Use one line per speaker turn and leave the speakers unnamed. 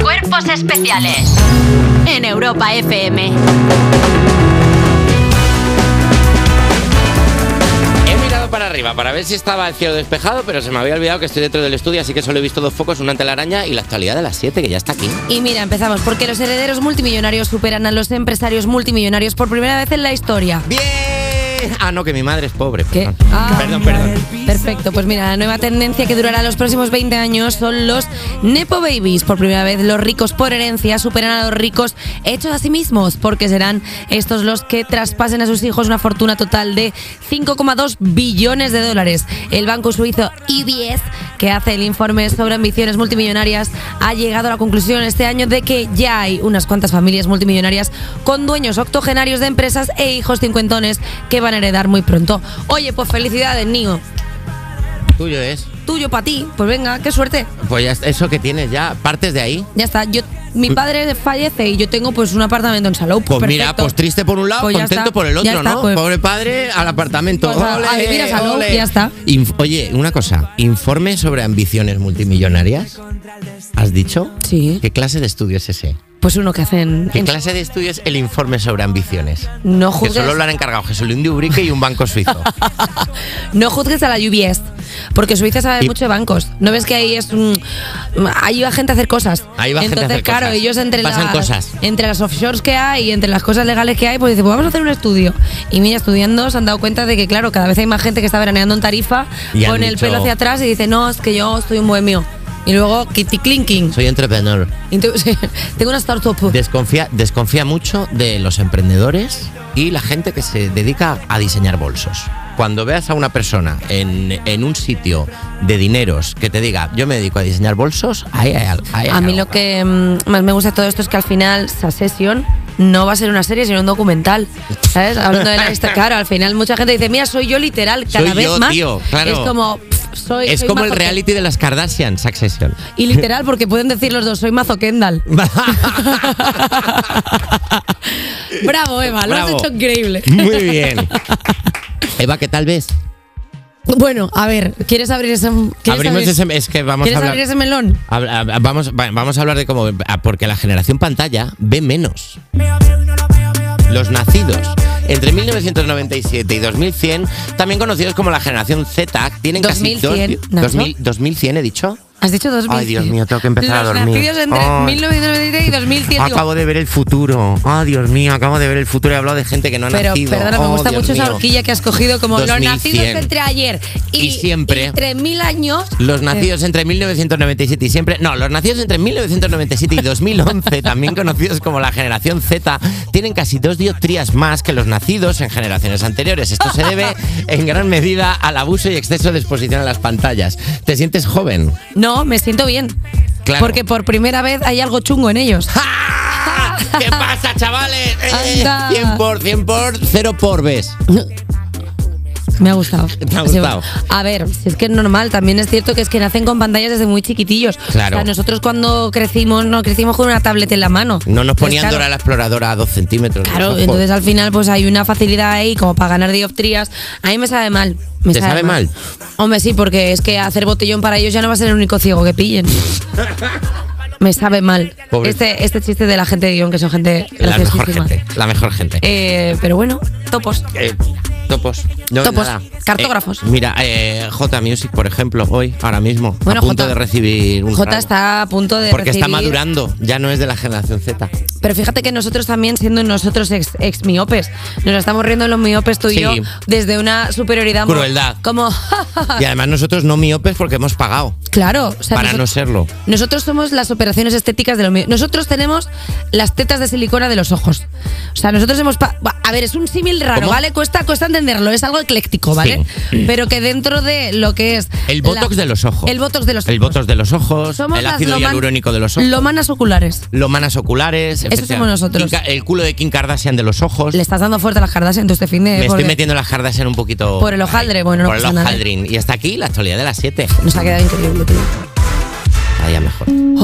Cuerpos especiales en Europa FM.
He mirado para arriba para ver si estaba el cielo despejado, pero se me había olvidado que estoy dentro del estudio, así que solo he visto dos focos, una telaraña y la actualidad de las 7, que ya está aquí.
Y mira, empezamos, porque los herederos multimillonarios superan a los empresarios multimillonarios por primera vez en la historia.
¡Bien! Ah, no, que mi madre es pobre. Perdón,
Ah.
perdón. perdón.
Perfecto, pues mira, la nueva tendencia que durará los próximos 20 años son los Nepo Babies. Por primera vez, los ricos por herencia superan a los ricos hechos a sí mismos, porque serán estos los que traspasen a sus hijos una fortuna total de 5,2 billones de dólares. El banco suizo UBS, que hace el informe sobre ambiciones multimillonarias, ha llegado a la conclusión este año de que ya hay unas cuantas familias multimillonarias con dueños octogenarios de empresas e hijos cincuentones que van a heredar muy pronto. Oye, pues felicidades, Nio
Tuyo es.
tuyo para ti. Pues venga, qué suerte.
Pues ya, está, eso que tienes ya, partes de ahí.
Ya está. Yo, mi padre fallece y yo tengo pues un apartamento en Salou.
Pues mira, pues triste por un lado,
Pues ya
contento
está,
por el otro,
ya está,
¿no?
pues.
Pobre padre al apartamento.
Pues a- a
Ole,
vivir a salud,
ole.
ya está.
Inf- Oye, una cosa, informe sobre ambiciones multimillonarias. ¿Has dicho?
Sí.
¿Qué clase de estudio es ese?
Pues uno que hacen.
¿Qué
en-
clase de estudio es el informe sobre ambiciones?
No
Que
juzgues,
solo lo han encargado Jesulín de Ubrique y un banco suizo.
no juzgues a la UBS, porque Suiza sabe
Y-
mucho de bancos. ¿No ves que ahí es un. Ahí va gente a hacer cosas?
Ahí va gente a
Entonces,
hacer
claro,
cosas.
ellos entre
Pasan
las,
cosas.
entre las offshores que hay y entre las cosas legales que hay, pues dicen, pues vamos a hacer un estudio. Y mira, estudiando se han dado cuenta de que, claro, cada vez hay más gente que está veraneando en Tarifa,
Y han
con el
dicho-
pelo hacia atrás y dice, no, es que yo estoy un bohemio. Y luego, kitty clinking.
Soy entrepreneur.
Entonces, tengo pues, una startup.
Desconfía, desconfía mucho de los emprendedores y la gente que se dedica a diseñar bolsos. Cuando veas a una persona en, en un sitio de dineros que te diga, yo me dedico a diseñar bolsos, ahí hay al- ahí hay
a mí
algo.
lo que mm, más me gusta de todo esto es que al final Succession no va a ser una serie, sino un documental. ¿Sabes? Hablando de la lista, claro, al final mucha gente dice, mira, soy yo literal, cada
Soy
vez
yo,
más.
tío, claro.
Es como, pff, soy.
Es
soy
como el
mazo
reality de las Kardashian, Succession.
Ke- Y literal, porque pueden decir los dos, soy mazo Kendall. Bravo, Eva, lo
Bravo.
has hecho increíble.
Muy bien. Eva, ¿qué tal ves?
Bueno, a ver, ¿quieres abrir ese, ¿quieres
Abrimos
abrir-
ese... Es que vamos a
¿quieres
hablar...
abrir ese melón?
Habla- hab- vamos, va- vamos a hablar de cómo. ah, Porque la generación pantalla ve menos. Los nacidos. Entre 1997 y 2100, también conocidos como la generación Z, tienen casi
2100,
dos-
Nacho.
2000 2100 he dicho.
Has dicho 2000.
Ay, Dios mío, tengo que empezar a
Los
dormir.
nacidos entre
Ay. Ah,
1993 y 2100. digo,
Acabo de ver el futuro. Ah, Dios mío, acabo de ver el futuro. He hablado de gente que no ha
Pero
nacido.
perdona, me
Oh,
gusta
Dios
mucho esa
mío.
horquilla que has cogido como los
2100.
nacidos entre ayer y,
Y siempre.
y 3000 años.
Los nacidos entre 1997 y siempre. No, los nacidos entre 1997 y 2011, también conocidos como la generación Z, tienen casi dos dioptrías más que los nacidos en generaciones anteriores. Esto se debe en gran medida al abuso y exceso de exposición a las pantallas. ¿Te sientes joven?
No, me siento bien.
Claro.
Porque por primera vez hay algo chungo en ellos.
¡Ah! ¿Qué pasa, chavales? Eh,
Anda.
100 por, 100 por, 0 por ves.
Me ha gustado.
Te ha gustado.
Sí, A ver, si es que es normal, también es cierto que es que nacen con pantallas desde muy chiquitillos.
Claro.
O sea, nosotros cuando crecimos, no crecimos con una tableta en la mano.
No nos
Pues
ponían
claro,
Dora la exploradora a dos centímetros. de los
Claro,
ojos.
entonces al final pues hay una facilidad ahí como para ganar dioptrías. A mí me sabe mal. Me
¿Te sabe mal?
Hombre, sí, porque es que hacer botellón para ellos ya no va a ser el único ciego que pillen. me sabe mal.
Pobre.
Este, este chiste de la gente de guión, que son gente
la mejor
graciosísima.
gente. La mejor gente.
Eh, pero bueno, topos.
Eh, topos. No,
Topos. Cartógrafos.
Eh, mira, eh, J Music, por ejemplo, hoy, ahora mismo,
Bueno,
a punto
J-
de recibir un
J
rayo.
está a punto de
Porque está
recibir-
madurando, ya no es de la generación Z.
Pero fíjate que nosotros también, siendo nosotros ex, ex miopes, nos estamos riendo de los miopes tú y
Sí.
yo desde una superioridad. mo-
Crueldad.
Como,
Y además nosotros no miopes porque hemos pagado
claro. o sea,
para no
nosotros-
serlo.
Nosotros somos las operaciones estéticas de los míos. Nosotros tenemos las tetas de silicona de los ojos. O sea, nosotros hemos. pa- Buah, A ver, es un símil raro,
¿Cómo?
¿vale? Cuesta, cuesta entenderlo, es algo ecléctico, ¿vale? Pero que dentro de lo que es.
El
la-
botox de los ojos.
El botox de los
El
ojos.
botox de los ojos,
Somos
el
las
ácido
loman-
hialurónico de los ojos,
Lomanas oculares.
lomanas oculares, etcétera.
somos nosotros.
Kim Ka- el culo de Kim Kardashian de los ojos.
Le estás dando fuerte a las cardas en este fin de.
Me estoy
porque
metiendo las Kardashian un poquito.
Por el hojaldre, bueno, no
Por el
pasa nada. ¿eh?
hojaldrín. Y hasta aquí la actualidad de las 7.
Nos ha quedado increíble, tío.
Vaya mejor.